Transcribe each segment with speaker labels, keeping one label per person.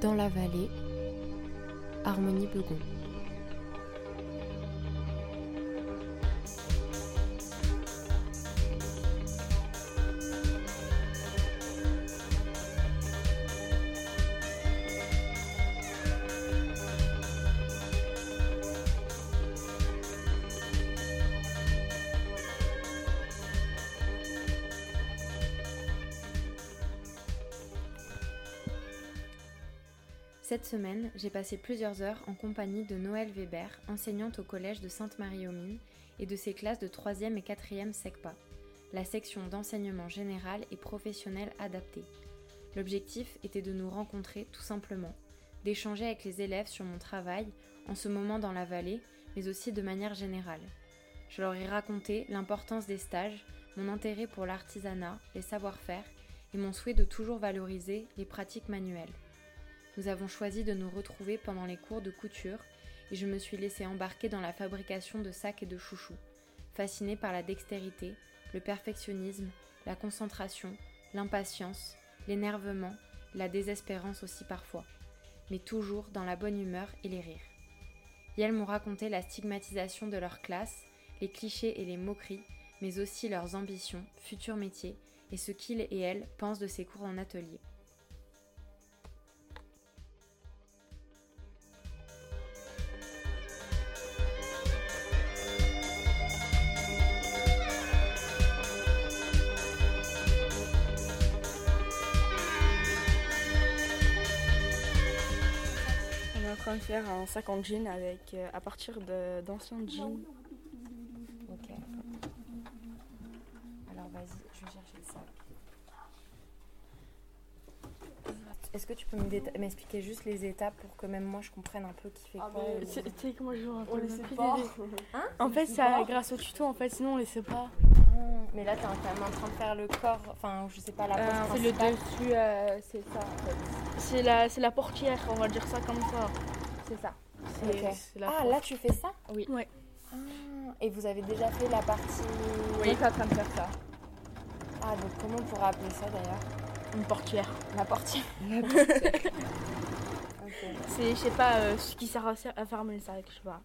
Speaker 1: Dans la vallée, Harmonie Begon.
Speaker 2: Cette semaine, j'ai passé plusieurs heures en compagnie de Noël Weber, enseignante au collège de Sainte-Marie-aux-Mines, et de ses classes de 3e et 4e SECPA, la section d'enseignement général et professionnel adapté. L'objectif était de nous rencontrer tout simplement, d'échanger avec les élèves sur mon travail, en ce moment dans la vallée, mais aussi de manière générale. Je leur ai raconté l'importance des stages, mon intérêt pour l'artisanat, les savoir-faire, et mon souhait de toujours valoriser les pratiques manuelles nous avons choisi de nous retrouver pendant les cours de couture et je me suis laissée embarquer dans la fabrication de sacs et de chouchous, fascinée par la dextérité, le perfectionnisme, la concentration, l'impatience, l'énervement, la désespérance aussi parfois, mais toujours dans la bonne humeur et les rires. Et elles m'ont raconté la stigmatisation de leur classe, les clichés et les moqueries, mais aussi leurs ambitions, futurs métiers et ce qu'ils et elles pensent de ces cours en atelier.
Speaker 3: On est en train de faire un sac en jean avec, euh, à partir de- d'anciens jeans.
Speaker 2: Ok. Alors vas-y, je vais chercher le sac. Est-ce que tu peux me déta- m'expliquer juste les étapes pour que même moi je comprenne un peu qui fait quoi ou-
Speaker 4: Tu tu sais que moi je
Speaker 5: On les
Speaker 4: pas.
Speaker 5: sépare.
Speaker 4: En fait,
Speaker 5: sait
Speaker 4: c'est
Speaker 5: pas.
Speaker 4: à- grâce au tuto, en fait, sinon on les sait pas.
Speaker 2: Ah, Mais là t'es quand même en train de faire le corps, enfin je sais pas la
Speaker 4: Euh,
Speaker 2: pose
Speaker 4: on fait le
Speaker 2: principale.
Speaker 5: Dessus, euh, c'est ça en fait.
Speaker 4: C'est la, c'est la portière, on va dire ça comme ça.
Speaker 5: C'est ça.
Speaker 4: C'est
Speaker 2: Ok.
Speaker 4: c'est la
Speaker 2: Ah là tu fais ça
Speaker 5: Oui.
Speaker 4: Ouais.
Speaker 2: Ah, et vous avez déjà fait la partie.
Speaker 5: On est en train de faire ça.
Speaker 2: Ah donc comment on pourrait appeler ça d'ailleurs
Speaker 4: une portière.
Speaker 2: La portière. Ok.
Speaker 4: C'est, je sais pas, euh, ce qui sert à, à fermer le sac, je sais pas.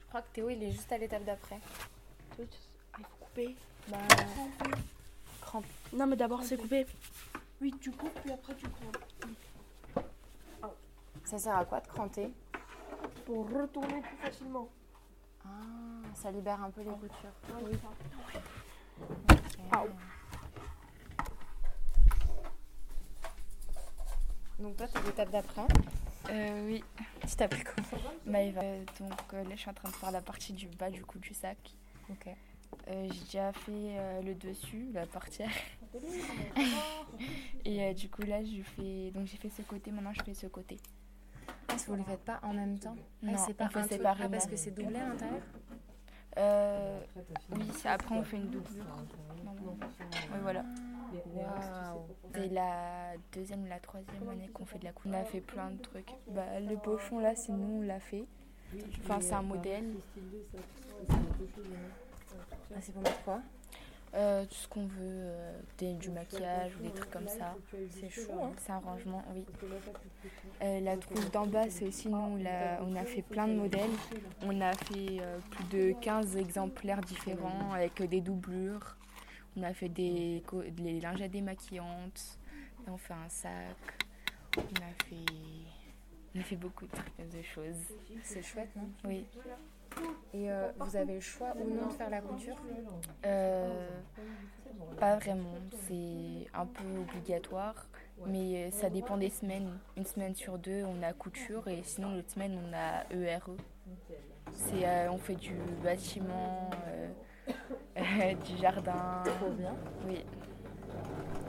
Speaker 2: Je crois que Théo il est juste à l'étape d'après.
Speaker 4: Tu vois, tu- Ah, il faut couper.
Speaker 2: Bah,
Speaker 4: Non, mais d'abord, c'est couper.
Speaker 5: Oui, tu coupes puis après tu prends.
Speaker 2: ça sert à quoi de cranter
Speaker 5: Pour retourner plus facilement.
Speaker 2: Ah, ça libère un peu les routures.
Speaker 5: Oui.
Speaker 2: Ah. Donc toi, t'es l'étape d'après.
Speaker 6: Euh, oui,
Speaker 2: Tu t'appelles comment
Speaker 6: Maëva. Euh, donc euh, là, je suis en train de faire la partie du bas du coup du sac.
Speaker 2: Ok.
Speaker 6: Euh, J'ai déjà fait euh, le dessus, la portière. Et euh, du coup là, je fais donc j'ai fait ce côté. Maintenant, je fais ce côté.
Speaker 2: Ah, si vous les faites pas en même temps
Speaker 5: Ah,
Speaker 6: Non,
Speaker 2: c'est pas
Speaker 6: on fait
Speaker 2: un truc.
Speaker 6: séparément.
Speaker 2: Ah, parce que c'est doublé à l'intérieur
Speaker 6: Euh, oui, c'est- après on fait une doublure. normalement. Oui, voilà. C'est la deuxième ou la troisième année qu'on fait de la couture. On a fait plein de trucs. Bah, le pochon là, c'est nous, on l'a fait. Enfin, c'est un modèle.
Speaker 2: Ah, c'est pour mettre quoi
Speaker 6: Euh, tout ce qu'on veut, euh, des- du maquillage ou des trucs comme ça.
Speaker 2: C'est chaud, hein
Speaker 6: C'est un rangement, oui. Euh, la trousse d'en bas, c'est aussi nous, on, l'a- on a fait plein de modèles. On a fait euh, plus de 15 exemplaires différents avec des doublures. On a fait des co- les lingettes démaquillantes. Là, on fait un sac. On a fait, on a fait beaucoup de trucs, de choses.
Speaker 2: C'est chouette, non
Speaker 6: Oui.
Speaker 2: Et euh, vous avez le choix ou non de faire la couture
Speaker 6: Euh, pas vraiment, c'est un peu obligatoire, mais euh, ça dépend des semaines. Une semaine sur deux, on a couture et sinon l'autre semaine, on a ERE. C'est, euh, on fait du bâtiment, euh, du jardin.
Speaker 2: Trop bien.
Speaker 6: Oui,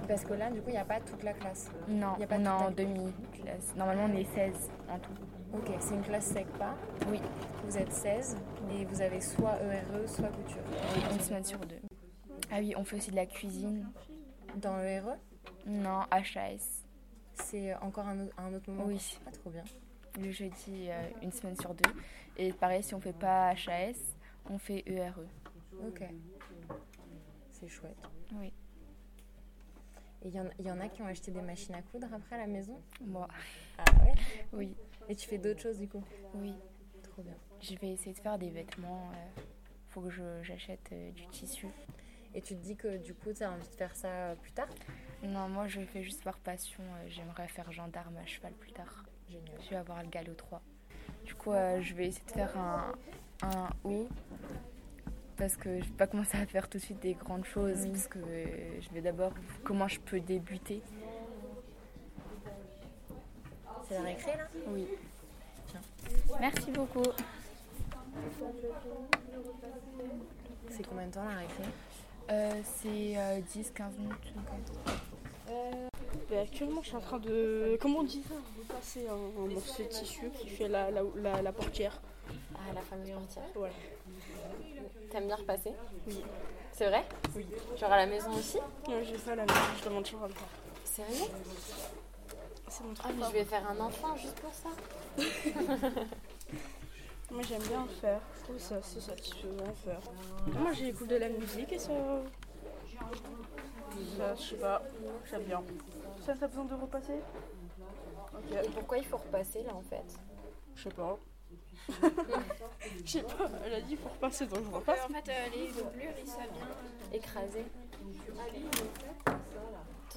Speaker 2: Parce que là, du coup, il n'y a pas toute la classe.
Speaker 6: non,
Speaker 2: Y a pas
Speaker 6: on est
Speaker 2: de
Speaker 6: en
Speaker 2: totalité.
Speaker 6: demi-classe. Normalement, on est 16 en tout.
Speaker 2: Ok, c'est une classe sec pas
Speaker 6: Oui.
Speaker 2: Vous êtes 16 et vous avez soit ERE, soit couture.
Speaker 6: Oui, une semaine sur deux. Ah oui, on fait aussi de la cuisine.
Speaker 2: Dans ERE,
Speaker 6: Non, HAS.
Speaker 2: c'est encore un, au- un autre moment.
Speaker 6: Oui.
Speaker 2: quoi. Ah, trop bien.
Speaker 6: le jeudi euh, une semaine sur deux. Et pareil, si on fait pas HAS, on fait E ERE.
Speaker 2: Ok. C'est chouette.
Speaker 6: Oui.
Speaker 2: Et il y, en- il y en a qui ont acheté des machines à coudre après à la maison
Speaker 6: Moi,
Speaker 2: Ah ouais Oui. Et tu fais d'autres choses du coup
Speaker 6: oui.
Speaker 2: Trop bien.
Speaker 6: Je vais essayer de faire des vêtements. euh, faut que je- j'achète euh, du tissu.
Speaker 2: Et tu te dis que du coup, tu as envie de faire ça euh, plus tard
Speaker 6: Non, moi je fais juste par passion. euh, J'aimerais faire gendarme à cheval plus tard.
Speaker 2: Génial.
Speaker 6: Je vais avoir le galop 3. Du coup, euh, je vais essayer de faire un, un haut. Parce que je vais pas commencer à faire tout de suite des grandes choses. Parce que euh, je vais d'abord comment je peux débuter.
Speaker 2: C'est la récré là
Speaker 6: Oui. Merci beaucoup.
Speaker 2: C'est combien de temps la récré
Speaker 6: Euh, c'est euh, 10-15 minutes.
Speaker 4: Mais Bah, actuellement, je suis en train de. Comment on dit ça Repasser un, un morceau de tissu qui fait la, la, la, la portière.
Speaker 2: Ah, la fameuse portière.
Speaker 4: Voilà.
Speaker 2: T'aimes bien repasser
Speaker 4: Oui.
Speaker 2: C'est vrai
Speaker 4: Oui.
Speaker 2: Genre à la maison aussi
Speaker 4: Ouais, j'ai ça là, mais je demande toujours à me faire.
Speaker 2: Sérieux
Speaker 4: C'est mon
Speaker 2: Ah,
Speaker 4: truc.
Speaker 2: mais je vais faire un enfant juste pour ça.
Speaker 4: Moi, j'aime bien en faire. Je trouve ça c'est satisfaisant à faire. Moi, j'écoute de la musique et ça.
Speaker 5: Ça, je sais pas, j'aime bien. Ça, t'as besoin de repasser
Speaker 2: Et pourquoi il faut repasser là en fait
Speaker 5: Je sais pas.
Speaker 4: Je sais pas, elle a dit pour passer, donc je repasse.
Speaker 2: Écrasé. Toi,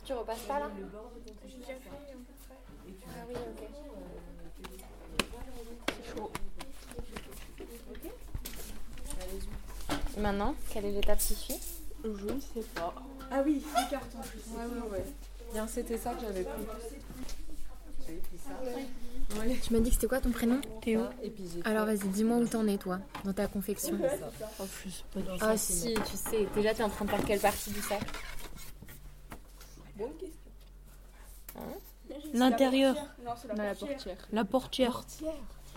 Speaker 2: tu repasses pas là Ah oui, ok. C'est chaud. Maintenant, quelle est l'étape qui suit
Speaker 4: Je ne sais pas.
Speaker 5: Ah oui, les cartons. Ouais, ouais, ouais. Bien, c'était ça que j'avais pris.
Speaker 2: Tu m'as dit que c'était quoi ton prénom
Speaker 4: Théo.
Speaker 5: Et puis j'ai
Speaker 2: Alors vas-y, dis-moi où t'en es toi, dans ta confection.
Speaker 4: En plus,
Speaker 7: Euh,
Speaker 4: pas dans
Speaker 2: Ah Oh, si, tu sais. Déjà, t'es en train de faire quelle partie du sac
Speaker 7: L'intérieur,
Speaker 5: Non, c'est la
Speaker 4: Dans la
Speaker 5: portière. Ah,
Speaker 4: portière.
Speaker 7: la portière.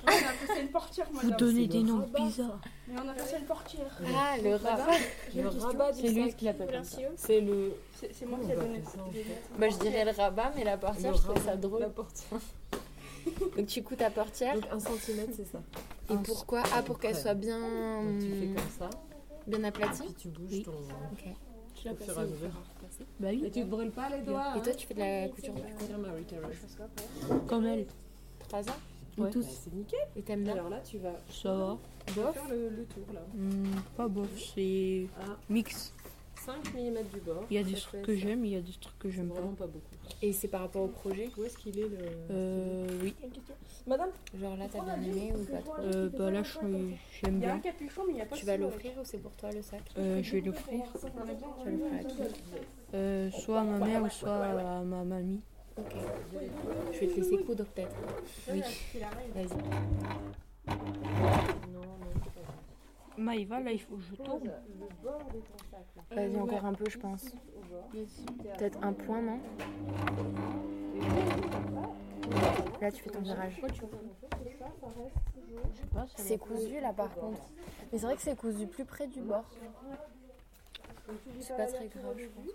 Speaker 5: On a appelé ça une portière,
Speaker 7: Vous
Speaker 5: madame.
Speaker 7: donnez des noms bizarres.
Speaker 5: Mais on a fait ça une portière.
Speaker 2: Ah, le rabat
Speaker 7: C'est lui qui l'appelle comme ça. C'est le.
Speaker 5: C'est c'est moi qui ai donné.
Speaker 2: Bah, je dirais le rabat, mais la portière, je trouve ça drôle. La portière. Donc, tu coupes ta portière.
Speaker 8: Donc un centimètre, c'est ça.
Speaker 2: Et pourquoi Ah, pour qu'elle soit bien.
Speaker 8: Donc tu
Speaker 2: Hum.
Speaker 8: fais comme ça,
Speaker 2: bien
Speaker 8: puis
Speaker 2: aplatie.
Speaker 8: tu bouges
Speaker 7: Oui.
Speaker 8: ton.
Speaker 4: Tu l'as
Speaker 8: au fur et
Speaker 4: passé.
Speaker 8: à mesure.
Speaker 7: Bah oui,
Speaker 8: Et tu te brûles pas les doigts
Speaker 2: Et toi, tu fais de la couture
Speaker 8: hein Tiens, Marie Thérèse.
Speaker 7: comme elle.
Speaker 2: pour 3 ans
Speaker 7: Nous
Speaker 8: Bah,
Speaker 7: tous.
Speaker 8: c'est nickel.
Speaker 2: Et t'aimes bien
Speaker 8: Alors là, tu vas
Speaker 7: Ça va.
Speaker 8: faire le, le tour là.
Speaker 7: Hmm, pas bof, c'est
Speaker 8: Ah.
Speaker 7: mix.
Speaker 8: 5 mm du bord.
Speaker 7: Il y a
Speaker 8: Ça
Speaker 7: des
Speaker 8: fait
Speaker 7: trucs que
Speaker 8: ça.
Speaker 7: j'aime, il y a des trucs que j'aime pas.
Speaker 8: Vraiment pas beaucoup.
Speaker 2: Et c'est par rapport au projet
Speaker 8: Où est-ce qu'il est le.
Speaker 7: Euh, oui.
Speaker 5: Madame,
Speaker 2: Genre là, t'as bien aimé ou pas trop
Speaker 7: Euh, bah là, je- j'aime
Speaker 5: il y a
Speaker 7: bien.
Speaker 5: un capuchon, mais il n'y a pas
Speaker 2: Tu
Speaker 5: de
Speaker 2: vas
Speaker 5: stylo.
Speaker 2: l'offrir ou c'est pour toi le sac
Speaker 7: Euh, je vais l'offrir euh, soit à ma mère ou soit à ma mamie.
Speaker 2: Ok. Je vais te laisser coudre peut-être. Oui. Vas-y.
Speaker 7: Maïva, là, il faut que je tourne.
Speaker 2: Vas-y, encore un peu, je pense. Peut-être un point, non Là, tu fais ton virage.
Speaker 7: Je sais pas, ça
Speaker 2: C'est
Speaker 7: va.
Speaker 2: cousu là par contre. Mais c'est vrai que c'est cousu plus près du bord. C'est pas très grave, je pense.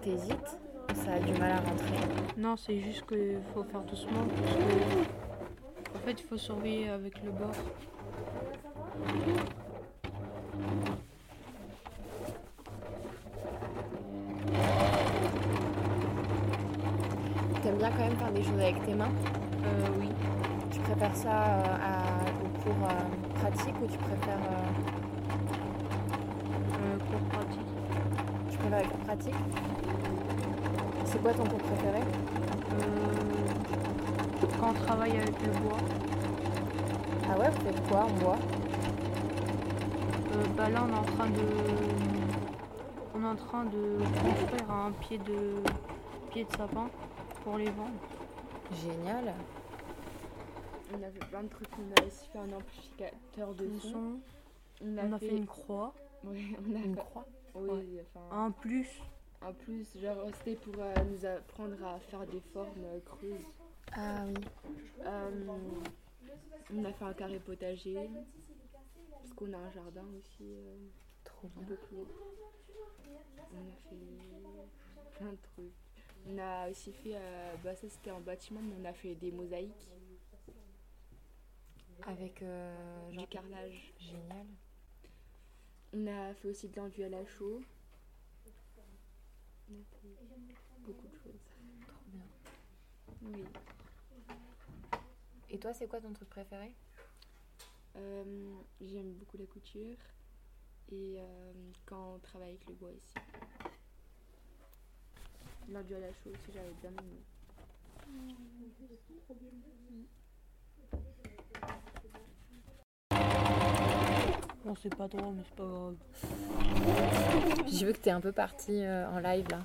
Speaker 2: T'hésites Ça a du mal à rentrer.
Speaker 7: Non, c'est juste qu'il faut faire doucement. Parce que... En fait, il faut surveiller avec le bord.
Speaker 2: T'aimes bien quand même faire des choses avec tes mains
Speaker 7: Euh, oui.
Speaker 2: Tu préfères ça euh, à- au cours euh, pratique ou tu préfères, euh,
Speaker 7: Euh, cours pratique.
Speaker 2: tu préfères les cours pratiques C'est quoi ton cours préféré
Speaker 7: Euh, quand on travaille avec le bois,
Speaker 2: Ah ouais, vous faites quoi en bois
Speaker 7: euh, bah là on est en train de. On est en train de construire un pied de pied de sapin pour les vendre.
Speaker 2: Génial
Speaker 4: On a fait plein de trucs, on a aussi fait un amplificateur de
Speaker 7: Le
Speaker 4: son.
Speaker 7: son, on a fait une croix,
Speaker 4: Ouais, on a
Speaker 7: une
Speaker 4: fait-
Speaker 7: croix,
Speaker 4: Oui, enfin,
Speaker 7: un plus.
Speaker 4: en plus, genre, c'était pour euh, nous apprendre à faire des formes euh, creuses.
Speaker 2: Ah oui.
Speaker 4: Euh, on a fait un carré potager, parce qu'on a un jardin aussi, euh,
Speaker 2: Trop
Speaker 4: un
Speaker 2: bien.
Speaker 4: peu plus haut. On a fait plein de trucs. On a aussi fait, euh, bah ça c'était un bâtiment, mais on a fait des mosaïques.
Speaker 2: Avec euh,
Speaker 6: du
Speaker 2: genre-
Speaker 6: carrelage.
Speaker 2: Génial.
Speaker 6: On a fait aussi de l'enduit à la chaux. On a fait beaucoup de choses.
Speaker 2: Trop bien.
Speaker 6: Oui.
Speaker 2: Et toi, c'est quoi ton truc préféré
Speaker 6: Euh, J'aime beaucoup la couture et euh, quand on travaille avec le bois ici. L'enduit à la chaux aussi, j'avais bien aimé.
Speaker 7: Bon, c'est pas drôle, mais c'est pas grave.
Speaker 2: J'ai vu que t'es un peu partie euh, en live là.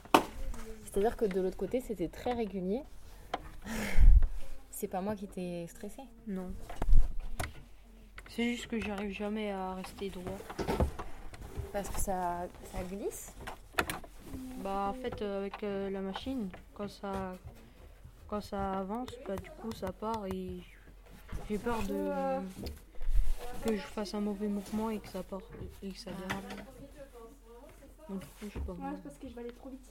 Speaker 2: C'est-à-dire que de l'autre côté, c'était très régulier. c'est pas moi qui t'ai stressée.
Speaker 7: Non. C'est juste que j'arrive jamais à rester droit.
Speaker 2: Parce que ça, ça glisse.
Speaker 7: Bah en fait euh, avec euh, la machine, quand ça quand ça avance, bah du coup ça part et j'ai peur de que je fasse un mauvais mouvement et que ça part et que ça dérape. Donc du coup je sais pas.
Speaker 6: Ouais, c'est parce que je vais aller trop vite.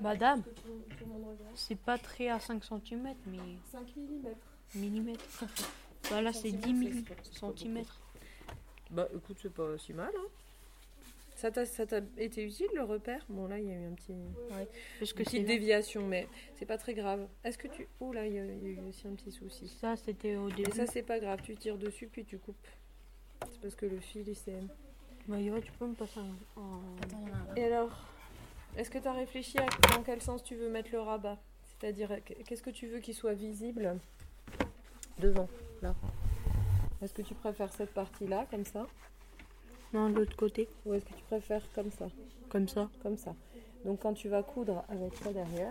Speaker 7: Madame, c'est pas très à 5 cm mais
Speaker 8: 5 mm.
Speaker 7: millimètres. bah là c'est 10
Speaker 8: Centimètres,
Speaker 7: milli-
Speaker 8: c'est pas- c'est pas beaucoup.
Speaker 7: centimètres.
Speaker 8: Bah écoute, c'est pas si mal. Hein. Ça t'a ça t'a été utile le repère Bon là, il y a eu un petit,
Speaker 7: Parce que
Speaker 8: une
Speaker 7: c'est
Speaker 8: petite déviation, mais c'est pas très grave. Est-ce que tu... Oh là, il y, a il y a eu aussi un petit souci.
Speaker 7: ça c'était au
Speaker 8: Mais
Speaker 7: début.
Speaker 8: ça, c'est pas grave. Tu tires dessus, puis tu coupes. C'est parce que le fil, il s'est...
Speaker 7: Bah Yoa, tu peux me passer un, un-
Speaker 8: Et alors, est-ce que tu as réfléchi à dans quel sens tu veux mettre le rabat C'est-à-dire, qu- qu'est-ce que tu veux qu'il soit visible devant, là Est-ce que tu préfères cette partie-là, comme ça
Speaker 7: Non, de l'autre côté,
Speaker 8: Ou est-ce que tu préfères comme ça
Speaker 7: comme ça.
Speaker 8: Comme ça. Donc, quand tu vas coudre avec ça derrière,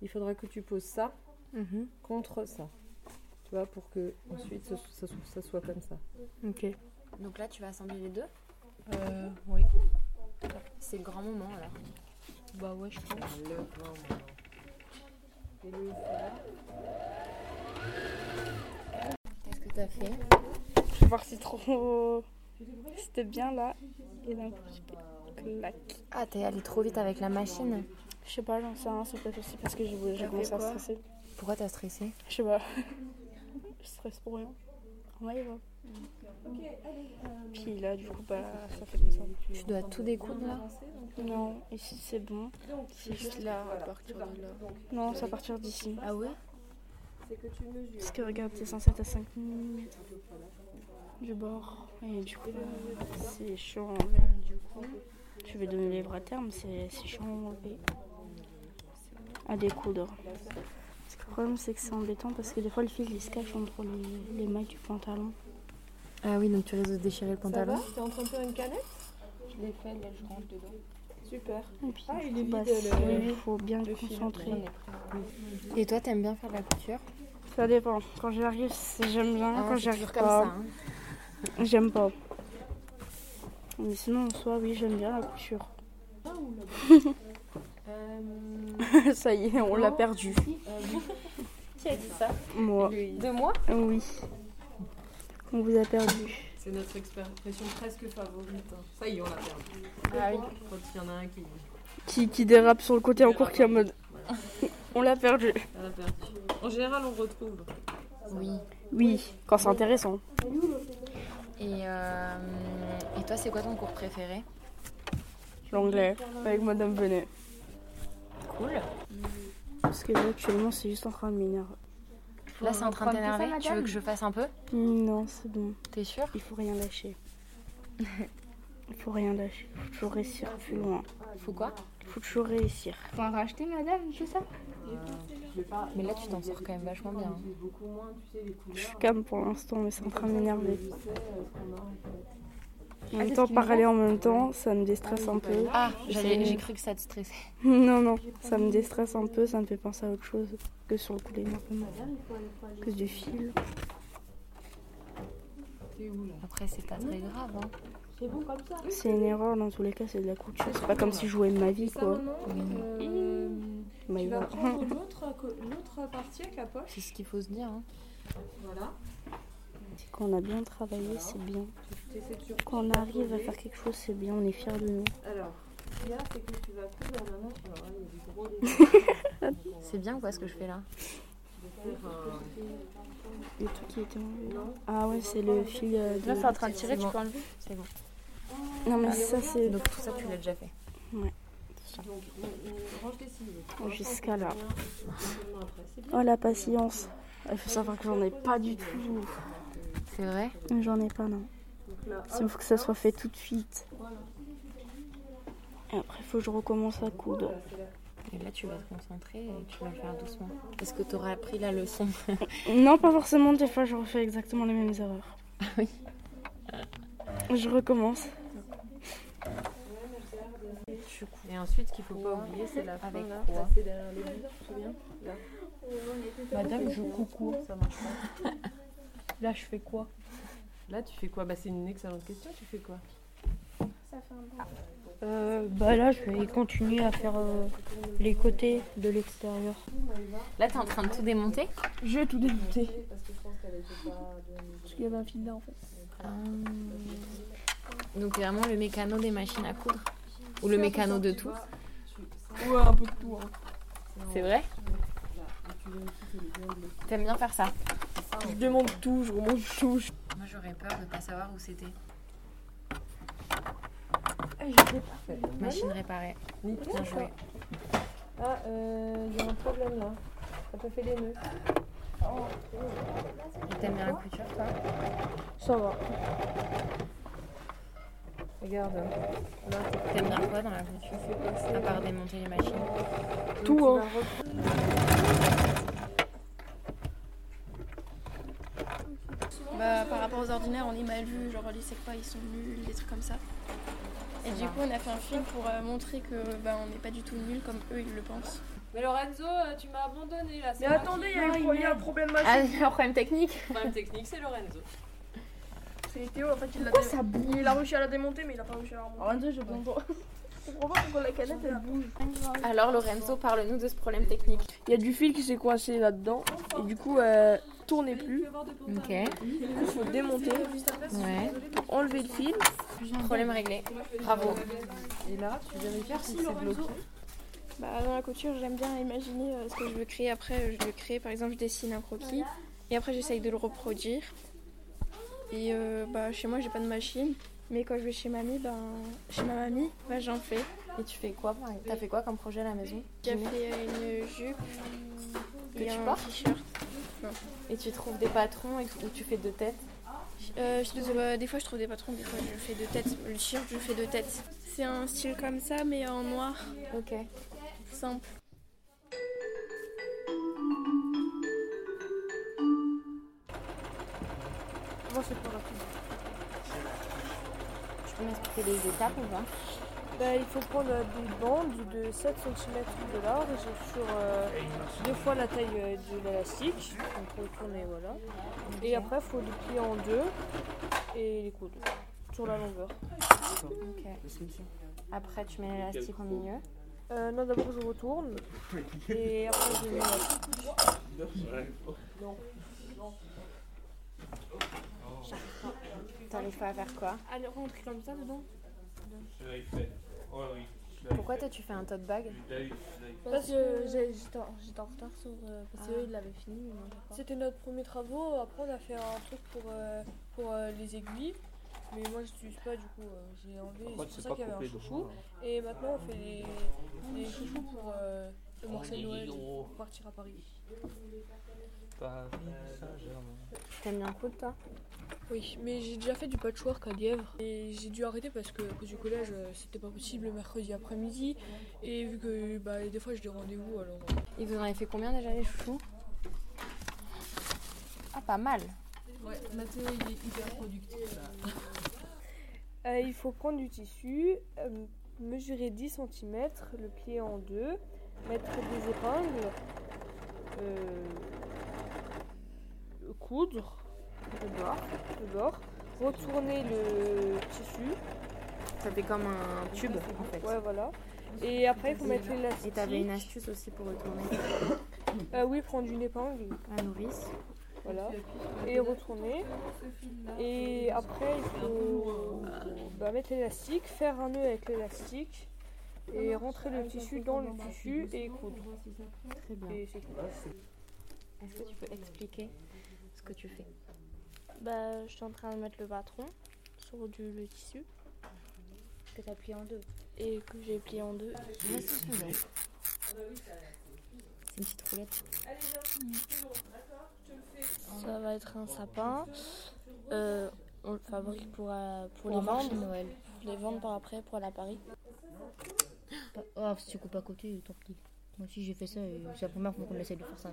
Speaker 8: il faudra que tu poses ça
Speaker 7: Mhm.
Speaker 8: contre ça. Tu vois, pour que ensuite ce- ça, ça soit comme ça.
Speaker 7: Ok.
Speaker 2: Donc là, tu vas assembler les deux
Speaker 9: Euh,
Speaker 7: oui.
Speaker 2: C'est le grand moment alors.
Speaker 7: Bah ouais, je pense.
Speaker 2: Qu'est-ce que t'as fait
Speaker 3: Je vais voir si trop. C'était bien là. Et d'un coup, je claque.
Speaker 2: Ah, t'es allée trop vite avec la machine.
Speaker 3: Je sais pas, j'en sais rien, c'est peut-être aussi parce que j'ai j'ai commencé à stresser.
Speaker 2: Pourquoi t'as stressé
Speaker 3: Je sais pas. je stresse pour rien. Ouais, ouais.
Speaker 6: euh,
Speaker 3: Puis là, du coup, bah, ça fait comme ça.
Speaker 2: Tu dois tout découdre là
Speaker 3: Non, ici c'est bon.
Speaker 6: C'est juste là, à partir de là.
Speaker 3: Non, c'est à partir d'ici.
Speaker 2: Ah ouais
Speaker 3: Parce que regarde, c'est censé être à 5 mm du bord. Et du coup, euh, c'est chiant à enlever. Je vais donner les bras à terme, c'est c'est chiant à enlever. À découdre. Parce que le problème, c'est que c'est embêtant parce que des fois, le fil il se cache entre les, les mailles du pantalon.
Speaker 2: Ah oui, donc tu risques de déchirer le pantalon.
Speaker 8: T'es en train de faire une canette
Speaker 6: Je l'ai fait, là, je rentre dedans.
Speaker 8: Super.
Speaker 3: Et puis,
Speaker 8: Ah, il est
Speaker 3: bah,
Speaker 8: vide, le-
Speaker 3: il faut bien le
Speaker 8: le fil.
Speaker 3: concentrer.
Speaker 2: Et toi, t'aimes bien faire de la couture
Speaker 3: Ça dépend. Quand j'y arrive, c'est- j'aime bien.
Speaker 2: Ah,
Speaker 3: Quand
Speaker 2: c'est
Speaker 3: j'y arrive
Speaker 2: toujours comme
Speaker 3: pas,
Speaker 2: ça. hein.
Speaker 3: j'aime pas. Mais sinon, en soi, oui, j'aime bien la couture. ça y est, on l'a perdu.
Speaker 2: Qui a dit ça
Speaker 3: Moi,
Speaker 2: De moi
Speaker 3: oui. On vous a perdu.
Speaker 8: C'est notre expression presque favorite. hein. Ça y est, on l'a perdu.
Speaker 2: Ah oui.
Speaker 8: Quand il y en a un qui
Speaker 3: Qui, qui dérape sur le côté en cours qui est en mode. On l'a perdu.
Speaker 8: l'a perdu. En général, on retrouve.
Speaker 2: Oui.
Speaker 3: Oui, quand c'est intéressant.
Speaker 2: Et, euh, et toi, c'est quoi ton cours préféré
Speaker 3: L'anglais, avec Madame Venet.
Speaker 2: Cool.
Speaker 3: Parce que là, actuellement, c'est juste en train de m'énerver.
Speaker 2: Là, c'est en train de t'énerver. Tu veux que je fasse un peu
Speaker 3: Non, c'est bon.
Speaker 2: T'es sûr
Speaker 3: Il faut rien lâcher. Il faut rien lâcher. Il faut toujours réussir plus loin.
Speaker 2: Faut quoi
Speaker 3: Il faut toujours réussir. Faut en racheter, madame, tout ça
Speaker 2: Mais là, tu t'en sors quand même vachement bien. hein.
Speaker 3: Je suis calme pour l'instant, mais c'est en train de m'énerver. En même
Speaker 2: c'est
Speaker 3: temps,
Speaker 2: ce qui me
Speaker 3: parler en même temps, ça me déstresse un peu.
Speaker 2: Ah, j'allais-
Speaker 3: C'est-
Speaker 2: j'ai cru que ça te stressait.
Speaker 3: Non, non, ça me déstresse un peu, ça me fait penser à autre chose que sur le coup d'énervement. Que du fil.
Speaker 2: Après, c'est pas très grave. Hein.
Speaker 3: C'est une erreur, dans tous les cas, c'est de la couture. C'est pas comme si je jouais ma vie, quoi. Mais
Speaker 8: euh, Tu vas
Speaker 3: voilà.
Speaker 8: prendre l'autre co- l'autre partie avec la poche.
Speaker 2: C'est ce qu'il faut se dire. hein.
Speaker 8: Voilà.
Speaker 3: Quand on a bien travaillé, c'est bien.
Speaker 8: T'essaies de sur-
Speaker 3: Quand on arrive à faire quelque chose, c'est bien. On est fiers de nous.
Speaker 8: Alors, ce qu'il y a, c'est que tu vas plus dans la nage. Alors là, il y a du gros dégâts.
Speaker 2: C'est bien ou pas ce que je fais là
Speaker 3: Le truc qui était enlevé. Ah ouais, c'est le fil euh, de.
Speaker 2: train de tirer, tu peux enlever C'est bon.
Speaker 3: Non, mais ça, c'est
Speaker 2: Donc tout ça, tu l'as déjà fait.
Speaker 8: Donc, on- on range tes ciseaux.
Speaker 3: jusqu'à là.
Speaker 8: Seulement après, c'est bien.
Speaker 3: Oh, la patience. Il faut savoir que j'en ai pas du tout.
Speaker 2: C'est vrai
Speaker 3: J'en ai pas, non.
Speaker 8: Donc là,
Speaker 3: Il faut que ça soit fait tout de suite. Et après, il faut que je recommence à coudre.
Speaker 2: Et là, tu vas te concentrer et tu vas le faire doucement. Est-ce que tu auras appris la leçon
Speaker 3: Non, pas forcément. Des fois, je refais exactement les mêmes erreurs.
Speaker 2: oui.
Speaker 3: Je recommence.
Speaker 2: Et ensuite, ce qu'il faut pas oublier, c'est la fin
Speaker 9: Avec
Speaker 2: là.
Speaker 9: quoi
Speaker 8: passer derrière les buts, tu te souviens
Speaker 9: Madame, je coucou.
Speaker 8: Ça marche pas.
Speaker 9: Là, je fais quoi
Speaker 8: Là, tu fais quoi Bah, c'est une excellente question. Tu fais quoi
Speaker 7: Euh, bah là, je vais continuer à faire euh, les côtés de l'extérieur.
Speaker 2: Là, t'es en train de tout démonter
Speaker 10: Je vais tout dégoûter. Parce qu'il y avait un fil là en fait.
Speaker 2: Ah. Donc vraiment le mécano des machines à coudre Ou le mécano de tout
Speaker 10: Ouais, un peu de tout. hein.
Speaker 2: C'est vrai T'aimes bien faire ça
Speaker 10: Je demande tout, je remonte tout. je-
Speaker 2: Moi j'aurais peur de pas savoir où c'était. Ah, Machine réparée. Bien joué.
Speaker 8: Ah, euh, il y a un problème là. T'as pas fait les nœuds.
Speaker 2: Et T'aimes bien la couture toi
Speaker 10: Ça va.
Speaker 8: Regarde. Là,
Speaker 2: T'aimes bien quoi dans la couture À part démonter les machines.
Speaker 10: Tout, hein.
Speaker 11: Bah, par rapport aux ordinaires, on est mal vu, genre les quoi ils sont nuls, des trucs comme ça. Et du coup, on a fait un film pour euh, montrer que bah, on n'est pas du tout nuls comme eux ils le pensent.
Speaker 12: Mais Lorenzo, euh, tu m'as abandonné là.
Speaker 10: Mais attendez, il y a un- il y a un problème machin.
Speaker 2: Ah, un problème technique
Speaker 12: Le problème technique, c'est Lorenzo.
Speaker 11: C'est Théo, en fait, il l'a
Speaker 10: Il a réussi à la démonter, mais il a pas réussi à la remonter.
Speaker 11: la canette, elle bouge.
Speaker 2: Alors Lorenzo, parle-nous de ce problème technique.
Speaker 10: Il y a du fil qui s'est coincé là-dedans. Et du coup, euh, tournait plus.
Speaker 2: Ok.
Speaker 10: Du coup, faut démonter,
Speaker 2: Ouais.
Speaker 10: enlever le fil.
Speaker 2: Problème réglé. Bravo.
Speaker 8: Et là, tu vérifies si c'est bloqué.
Speaker 11: Bah, dans la couture, j'aime bien imaginer euh, ce que je veux créer. Après, euh, je le crée, par exemple, je dessine un croquis et après, j'essaye de le reproduire. Et euh, bah, chez moi, j'ai pas de machine, mais quand je vais chez mamie, ben chez ma mamie, bah, j'en fais.
Speaker 2: Et tu fais quoi par- T'as fait quoi comme projet à la maison
Speaker 11: J'ai fait euh, une jupe
Speaker 2: Que
Speaker 11: et
Speaker 2: tu
Speaker 11: un
Speaker 2: portes
Speaker 11: t-shirt.
Speaker 2: Et tu trouves des patrons et tout, ou tu fais deux têtes
Speaker 11: Euh, je trouve- euh, des fois, je trouve des patrons, des fois, je fais deux têtes. Le t-shirt, je fais deux têtes. C'est un style comme ça, mais en noir,
Speaker 2: Ok.
Speaker 11: simple.
Speaker 2: Tu peux m'expliquer les étapes ou pas
Speaker 10: Bah, il faut prendre euh, des bandes de 7 cm de large sur euh, deux fois la taille euh, de l'élastique. Donc retourner, voilà. Et après, il faut les plier en deux et les coudre sur la longueur.
Speaker 2: Ok. Après, tu mets l'élastique au milieu.
Speaker 10: Euh, non, d'abord je retourne et après je mets la-
Speaker 2: T'arrives pas à faire quoi
Speaker 11: Alors, rentrer comme ça dedans
Speaker 2: Pourquoi toi tu fais un tote bag
Speaker 11: Parce que j'étais en retard sur. euh,
Speaker 2: Ah.
Speaker 11: parce
Speaker 10: Ah.
Speaker 11: qu'eux, ils l'avaient fini.
Speaker 8: C'était notre premier travaux. Après, on a fait un truc pour, euh, pour euh, les aiguilles. Mais moi, je n'utilise pas, du coup, euh, j'ai enlevé. C'est pour ça qu'il y avait un chouchou. Et maintenant, on fait des, des chouchous pour euh, le marché de Noël pour partir à Paris.
Speaker 2: T'aimes bien cool toi
Speaker 8: Oui, mais j'ai déjà fait du patchwork à Lièvre. Et j'ai dû arrêter parce que à cause du collège, euh, c'était pas possible le mercredi après-midi. Et vu que bah, des fois, j'ai des rendez-vous, alors. euh,
Speaker 2: Ils vous en avez fait combien déjà les chouchous Ah, pas mal
Speaker 8: Ouais, Mathéo, il est hyper productif.
Speaker 10: Euh, il faut prendre du tissu, euh, mesurer 10 cm, le plier en deux, mettre des épingles, euh, coudre le bord, le bord, retourner le tissu,
Speaker 2: Ça fait comme un tube en fait.
Speaker 10: ouais voilà. Et après il faut mettre
Speaker 2: Et
Speaker 10: l'élastique.
Speaker 2: t'avais une astuce aussi pour retourner
Speaker 10: Ah Euh, oui, prendre une épingle
Speaker 2: la nourrice.
Speaker 10: voilà, et retourner. Et après, il faut bah, mettre l'élastique, faire un nœud avec l'élastique et rentrer le tissu dans le tissu et coudre.
Speaker 2: Très bien.
Speaker 10: Et c'est tout.
Speaker 2: Est-ce que tu peux expliquer ce que tu fais
Speaker 11: Bah, je suis en train de mettre le patron sur du le tissu
Speaker 2: Que tu as plié en deux.
Speaker 11: et que j'ai plié en deux.
Speaker 2: C'est une petite roulette.
Speaker 11: Ça va être un sapin. Euh, on le fabrique pour, euh, pour,
Speaker 1: Pour
Speaker 11: les
Speaker 1: un marché
Speaker 11: vendre.
Speaker 1: de Noël.
Speaker 11: Pour les vendre par après pour la Paris.
Speaker 1: Oh, si tu coupes à côté, tant pis. Moi aussi j'ai fait ça et c'est la première fois qu'on essaie de faire ça.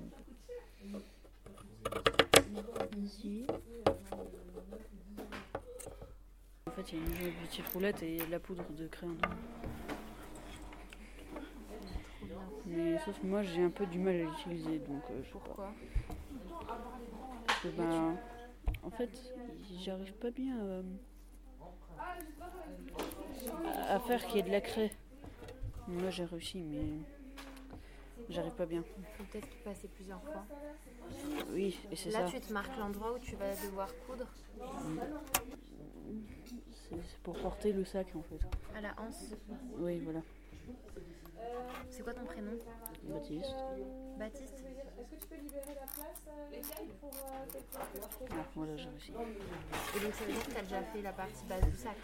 Speaker 13: En fait, il y a une jolie petite roulette et il y a de la poudre de crayon. Mais sauf que moi, j'ai un peu du mal à l'utiliser, donc euh, je sais Pourquoi Parce que ben, en fait, j'arrive pas bien euh, à, à faire qu'il y ait de la craie. Moi, j'ai réussi, mais j'arrive pas bien.
Speaker 2: Faut peut-être y passer plusieurs fois.
Speaker 13: Oui, et c'est
Speaker 2: Là,
Speaker 13: ça.
Speaker 2: tu te marques l'endroit où tu vas devoir coudre.
Speaker 13: C'est c'est pour porter le sac, en fait.
Speaker 2: À la hanse.
Speaker 13: Oui, voilà.
Speaker 2: C'est quoi ton prénom
Speaker 13: Baptiste.
Speaker 2: Baptiste
Speaker 13: Ah, voilà, j'ai réussi.
Speaker 2: Et donc, ça veut dire que tu as déjà fait la partie base du sac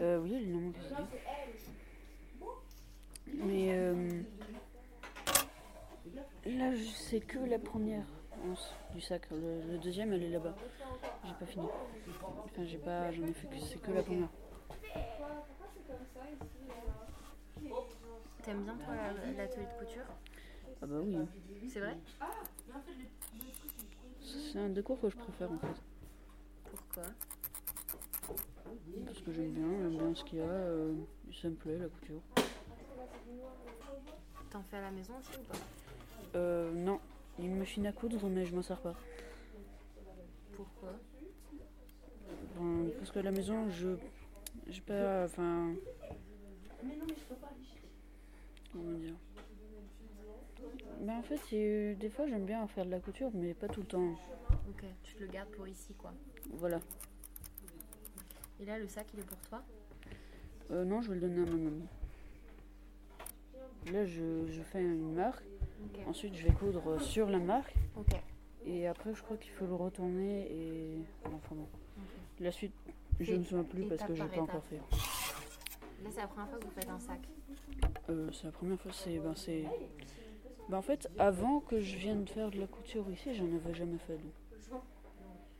Speaker 13: Euh, oui, il en manque aussi. Mais euh, là, je sais que la première once du sac. Le, le deuxième, elle est là-bas. J'ai pas fini. Enfin, j'ai pas, j'en ai fait que c'est que la première.
Speaker 2: T'aimes bien, toi, la- l'atelier de couture
Speaker 13: Ah bah oui.
Speaker 2: C'est vrai
Speaker 13: C'est un des cours que je préfère en fait.
Speaker 2: Pourquoi
Speaker 13: Parce que j'aime bien, j'aime bien ce qu'il y a. euh, ça me plaît la couture.
Speaker 2: T'en fais à la maison aussi ou pas
Speaker 13: Euh, non, il y a une machine à coudre, mais je m'en sers pas.
Speaker 2: Pourquoi
Speaker 13: Ben, parce que à la maison, je. J'ai pas. Enfin. Comment dire Ben, en fait, c'est- des fois, j'aime bien faire de la couture, mais pas tout le temps.
Speaker 2: Ok, tu te le gardes pour ici, quoi.
Speaker 13: Voilà.
Speaker 2: Et là, le sac, il est pour toi
Speaker 13: Euh, non, je vais le donner à ma maman. Là, je, je fais une marque.
Speaker 2: Ok.
Speaker 13: Ensuite, je vais coudre sur la marque.
Speaker 2: Ok.
Speaker 13: Et après, je crois qu'il faut le retourner et. Enfin bon. La suite, je
Speaker 2: C'est
Speaker 13: ne souviens plus parce
Speaker 2: étape
Speaker 13: que j'ai
Speaker 2: par
Speaker 13: pas encore fait.
Speaker 2: étape. Là, c'est la première fois que vous faites un sac.
Speaker 13: Euh, c'est la première fois, c'est. Ben, c'est... Ben, en fait, avant que je vienne faire de la couture ici, j'en avais jamais fait. donc.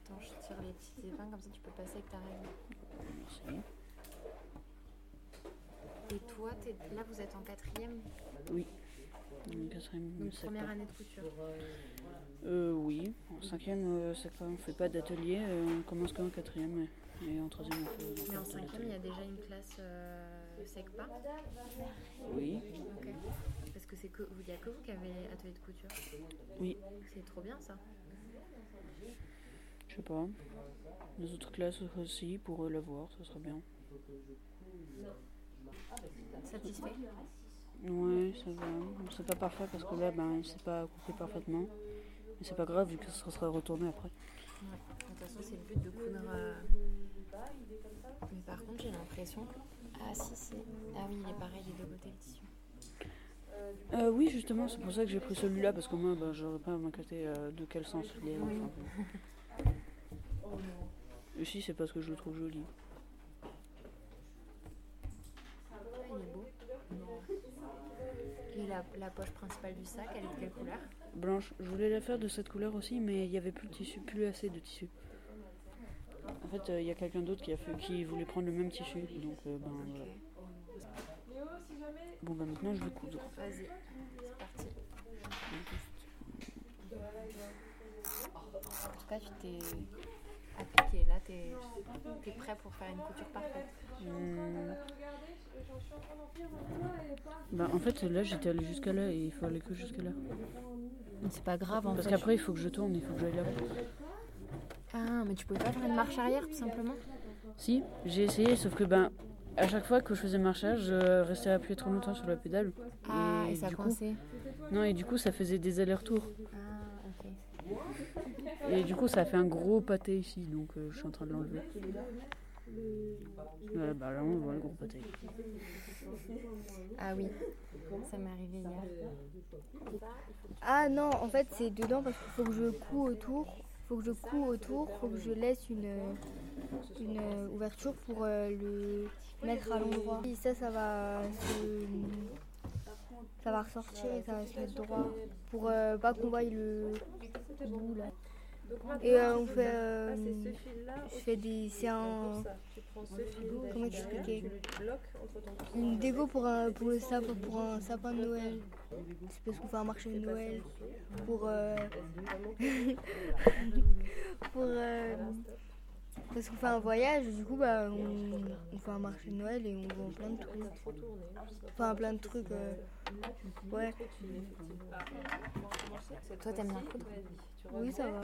Speaker 2: Attends, je tire les petites épingles, comme ça tu peux passer avec ta règle.
Speaker 13: Merci.
Speaker 2: Et toi, t'es- là, vous êtes en quatrième,
Speaker 13: Oui. Donc, quatrième,
Speaker 2: donc
Speaker 13: c'est
Speaker 2: première
Speaker 13: pas-
Speaker 2: année de couture.
Speaker 13: Euh, oui. En cinquième, euh, c'est pas, on fait pas d'atelier, euh, on commence qu'en quatrième et, et en troisième, on fait.
Speaker 2: Mais en
Speaker 13: encore de
Speaker 2: cinquième, il
Speaker 13: l'atelier.
Speaker 2: y a déjà une classe euh, SECPA
Speaker 13: Oui.
Speaker 2: Ok. Parce que c'est que il n'y a que vous qui avez atelier de couture.
Speaker 13: Oui.
Speaker 2: C'est trop bien ça.
Speaker 13: Je sais pas. Les autres classes aussi, pour euh, l'avoir, ce serait bien.
Speaker 2: Satisfait
Speaker 13: Ouais, ça va. Bon, C'est pas parfait parce que là, ben, c'est pas coupé parfaitement. Mais c'est pas grave vu que ce sera retourné après.
Speaker 2: Ouais. De toute façon, c'est le but de coudre. euh, Mais par contre, j'ai l'impression que. Ah, si, si. Ah oui, il est pareil des deux côtés le tissu.
Speaker 13: Euh, oui, justement, c'est pour ça que j'ai pris celui-là, parce que moi, bah, j'aurais pas à m'inquiéter euh, de quel sens il est.
Speaker 2: Oui.
Speaker 13: enfin, bon. Et si, c'est parce que je le trouve joli.
Speaker 2: Ah, il est beau. Et la, la poche principale du sac, elle est de quelle couleur
Speaker 13: Blanche, je voulais la faire de cette couleur aussi, mais il n'y avait plus de tissu, plus assez de tissu. En fait, euh, il y a quelqu'un d'autre qui a fait, qui voulait prendre le même tissu, donc euh, ben voilà. Bon bah maintenant je vais coudre.
Speaker 2: Vas-y, c'est parti. En tout cas, tu t'es appliqué. Là, t'es es prêt pour faire une couture parfaite.
Speaker 13: Hmm. Bah en fait là j'étais allée jusqu'à là et il fallait que jusqu'à là.
Speaker 1: C'est pas grave en
Speaker 13: Parce
Speaker 1: fait.
Speaker 13: qu'après il faut que je tourne, il faut que j'aille là.
Speaker 1: Ah, mais tu peux pas faire une marche arrière tout simplement
Speaker 13: Si, j'ai essayé, sauf que ben à chaque fois que je faisais marchage, je restais appuyé trop longtemps sur la pédale.
Speaker 1: Ah, et ça
Speaker 13: du coup-
Speaker 1: coinçait.
Speaker 13: Non, et du coup ça faisait des allers-retours.
Speaker 1: Ah, ok.
Speaker 13: Et du coup, ça fait un gros pâté ici, donc euh, je suis en train de l'enlever. Voilà, bah là, on voit le gros pâté.
Speaker 2: Ah oui, ça m'est arrivé hier.
Speaker 6: Ah non, en fait, c'est dedans parce qu'il faut que je couds autour. Faut que je couds autour, faut que je laisse une, une euh, ouverture pour euh, le mettre à l'endroit. Et ça, ça va se- ça va ressortir et ça va se mettre droit pour euh, pas qu'on voie le bout là. Et euh, on fait,
Speaker 12: Ah,
Speaker 6: euh, je fais des, c'est un, comment expliquer, une déco pour un, pour le sapin, pour un sapin de Noël. C'est parce qu'on fait un marché de Noël pour euh, pour euh, parce qu'on fait un voyage, du coup bah on, on fait un marché de Noël et on vend plein de trucs. Enfin plein de trucs. euh, ouais.
Speaker 2: Toi, t'aimes bien coudre
Speaker 6: Oui ça va.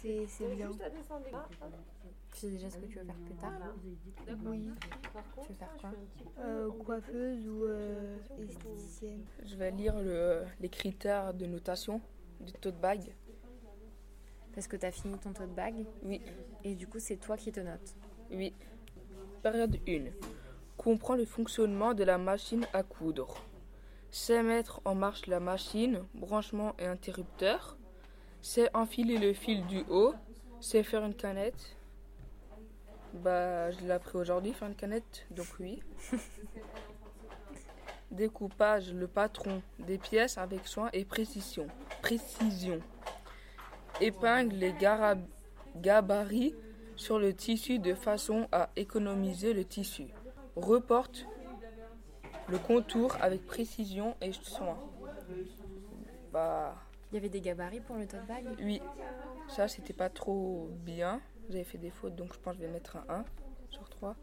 Speaker 6: C'est c'est bien.
Speaker 2: Tu sais déjà ce que tu veux faire plus tard
Speaker 6: Oui.
Speaker 2: Tu veux faire quoi
Speaker 6: Euh, coiffeuse ou euh, esthéticienne.
Speaker 8: Je vais lire le- les critères de notation du taux de bague.
Speaker 2: Parce que t'as fini ton tote bag
Speaker 8: Oui.
Speaker 2: Et du coup, c'est toi qui te notes
Speaker 8: Oui. Période 1. Comprend le fonctionnement de la machine à coudre. Sait mettre en marche la machine, branchement et interrupteur. Sait enfiler le fil du haut. Sait faire une canette. Bah, je l'ai appris aujourd'hui, faire une canette, donc oui. Découpage, le patron des pièces avec soin et précision. Précision. Épingle les gara- gabarits sur le tissu de façon à économiser le tissu. Reporte le contour avec précision et soin. Bah.
Speaker 2: Il y avait des gabarits pour le tote bag
Speaker 8: Oui, ça c'était pas trop bien. J'avais fait des fautes donc je pense que je vais mettre un 1 sur 3.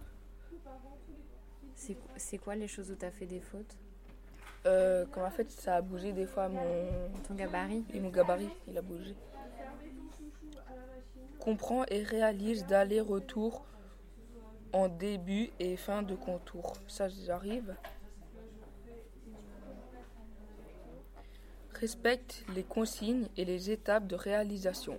Speaker 2: C'est c'est quoi les choses où t'as fait des fautes
Speaker 8: Euh, comme en fait ça a bougé des fois mon.
Speaker 2: Ton gabarit
Speaker 8: Et mon gabarit, il a bougé. Comprend et réalise d'aller-retour en début et fin de contour. Ça j'arrive. Respecte les consignes et les étapes de réalisation.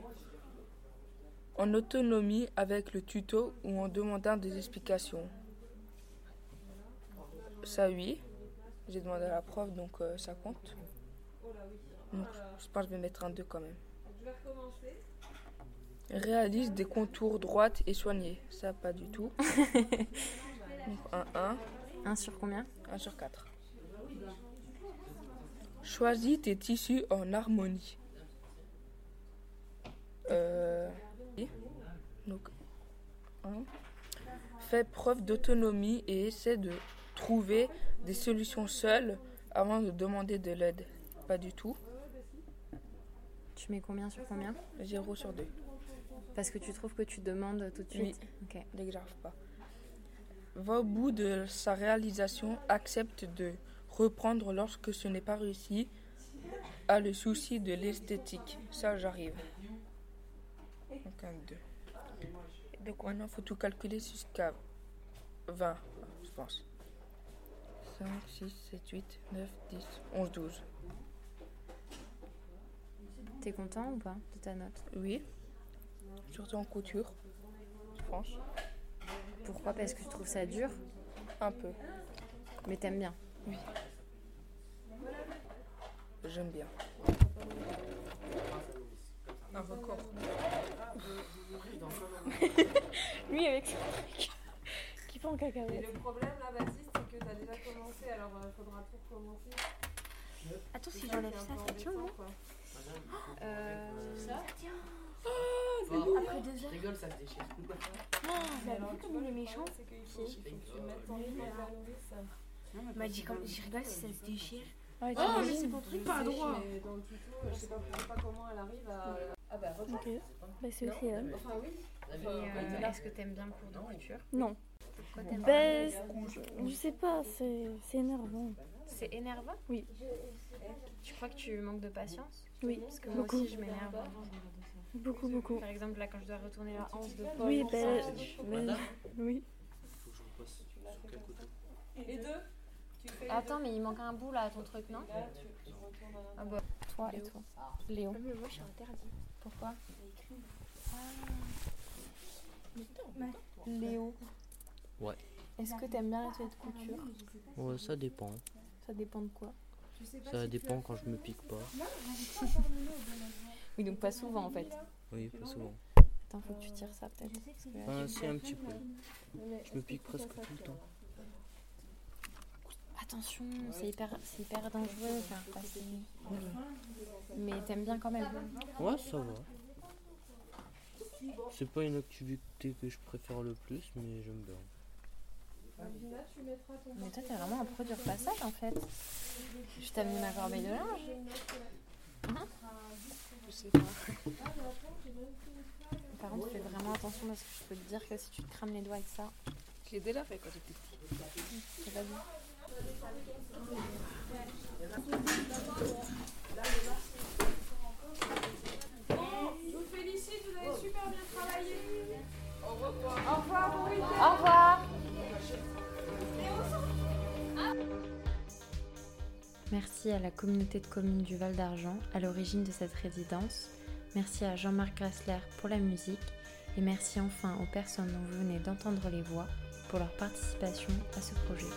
Speaker 8: En autonomie avec le tuto ou en demandant des explications. Ça oui. J'ai demandé à la prof donc euh, ça compte. Donc, je pense que je vais mettre un 2 quand même. Réalise des contours droites et soignés. Ça, pas du tout. Donc, un 1.
Speaker 2: 1 sur combien
Speaker 8: 1 sur 4. Choisis tes tissus en harmonie. Euh, donc, un. Fais preuve d'autonomie et essaie de trouver des solutions seul avant de demander de l'aide. Pas du tout.
Speaker 2: Tu mets combien sur combien
Speaker 8: 0 sur 2.
Speaker 2: Parce que tu trouves que tu demandes tout de suite Ok.
Speaker 8: Dès que j'arrive pas. Va au bout de sa réalisation, accepte de reprendre lorsque ce n'est pas réussi, a le souci de l'esthétique. Ça, j'arrive. Donc, un, deux. Donc maintenant, faut tout calculer jusqu'à 20, je pense. 5, 6, 7, 8, 9, 10, 11, 12.
Speaker 2: T'es content ou pas de ta note
Speaker 8: Oui. Surtout en couture, je pense.
Speaker 2: Pourquoi Parce que tu trouves ça dur
Speaker 8: Un peu.
Speaker 2: Mais t'aimes bien
Speaker 8: Oui. J'aime bien. Un record.
Speaker 14: Lui avec son truc qui prend en cacahuète.
Speaker 10: Le problème là, Baptiste, c'est que t'as déjà commencé, alors il faudra tout recommencer.
Speaker 15: Attends,
Speaker 10: si j'enlève ça, ça tient, non
Speaker 15: Euh. Ça Tiens
Speaker 16: Bon,
Speaker 15: Après deux
Speaker 16: Je
Speaker 15: heures.
Speaker 16: rigole, ça se déchire.
Speaker 15: comme il est méchant. Il m'a dit comme. Je rigole si ça se déchire.
Speaker 10: Ouais,
Speaker 15: oh,
Speaker 10: t'imagines.
Speaker 15: mais c'est mon truc par droit.
Speaker 10: Mais Dans le tuto, je sais pas, je sais pas comment elle arrive à. Ah bah, reprends.
Speaker 3: Ok. Bah, c'est aussi,
Speaker 10: Non
Speaker 3: hein.
Speaker 10: Enfin, oui.
Speaker 15: Et,
Speaker 10: Enfin,
Speaker 15: euh,
Speaker 10: là.
Speaker 15: Est-ce que t'aimes bien le cours de couture
Speaker 3: Non.
Speaker 15: Pourquoi t'aimes
Speaker 11: Bah,
Speaker 3: Ben,
Speaker 15: pas
Speaker 3: je sais pas, c'est c'est énervant.
Speaker 15: C'est énervant
Speaker 3: Oui.
Speaker 15: Tu crois que tu manques de patience
Speaker 3: Oui,
Speaker 15: Parce que moi
Speaker 3: beaucoup.
Speaker 15: aussi je m'énerve.
Speaker 3: Beaucoup, beaucoup.
Speaker 15: Par exemple, là quand je dois retourner la hanse de Paul.
Speaker 3: Oui,
Speaker 15: ça,
Speaker 11: bah,
Speaker 3: ben,
Speaker 15: je-
Speaker 3: ben, oui.
Speaker 10: Les deux. Tu fais les
Speaker 15: Attends, mais il manque un bout là à ton truc, non
Speaker 10: deux. Là, tu tu retournes à la-
Speaker 15: Ah bah,
Speaker 2: fois et toi Léo.
Speaker 17: Mais moi, je suis interdite. Ah.
Speaker 2: Pourquoi
Speaker 17: Léo.
Speaker 13: Ouais.
Speaker 2: Est-ce que t'aimes bien la toilette de couture
Speaker 13: Ouais, ça dépend.
Speaker 2: Ça dépend de quoi
Speaker 13: Ça dépend quand je me pique pas.
Speaker 2: Oui, donc pas souvent en fait.
Speaker 13: Oui, pas souvent.
Speaker 2: Attends, faut que tu tires ça peut-être. parce que là,
Speaker 13: Ah,
Speaker 2: tu-
Speaker 13: si, un petit peu. Je me pique presque tout le temps.
Speaker 2: Attention, c'est hyper, c'est hyper dangereux. Enfin, passer. Mais t'aimes bien quand même. hein.
Speaker 13: Ouais, ça va. C'est pas une activité que je préfère le plus, mais j'aime bien.
Speaker 2: Mais toi, t'es vraiment un produit de passage en fait. Je t'ai amené ma corbeille de linge. Je sais pas. Par contre, fais vraiment attention parce que je peux te dire que si tu te crames les doigts avec ça.
Speaker 8: Je l'ai déjà fait quand j'étais petite.
Speaker 2: J'ai pas vu.
Speaker 18: Je vous félicite, vous avez super bien travaillé. Au revoir. Au revoir,
Speaker 2: Au revoir. Merci à la communauté de communes du Val d'Argent à l'origine de cette résidence. Merci à Jean-Marc Grassler pour la musique. Et merci enfin aux personnes dont vous venez d'entendre les voix pour leur participation à ce projet.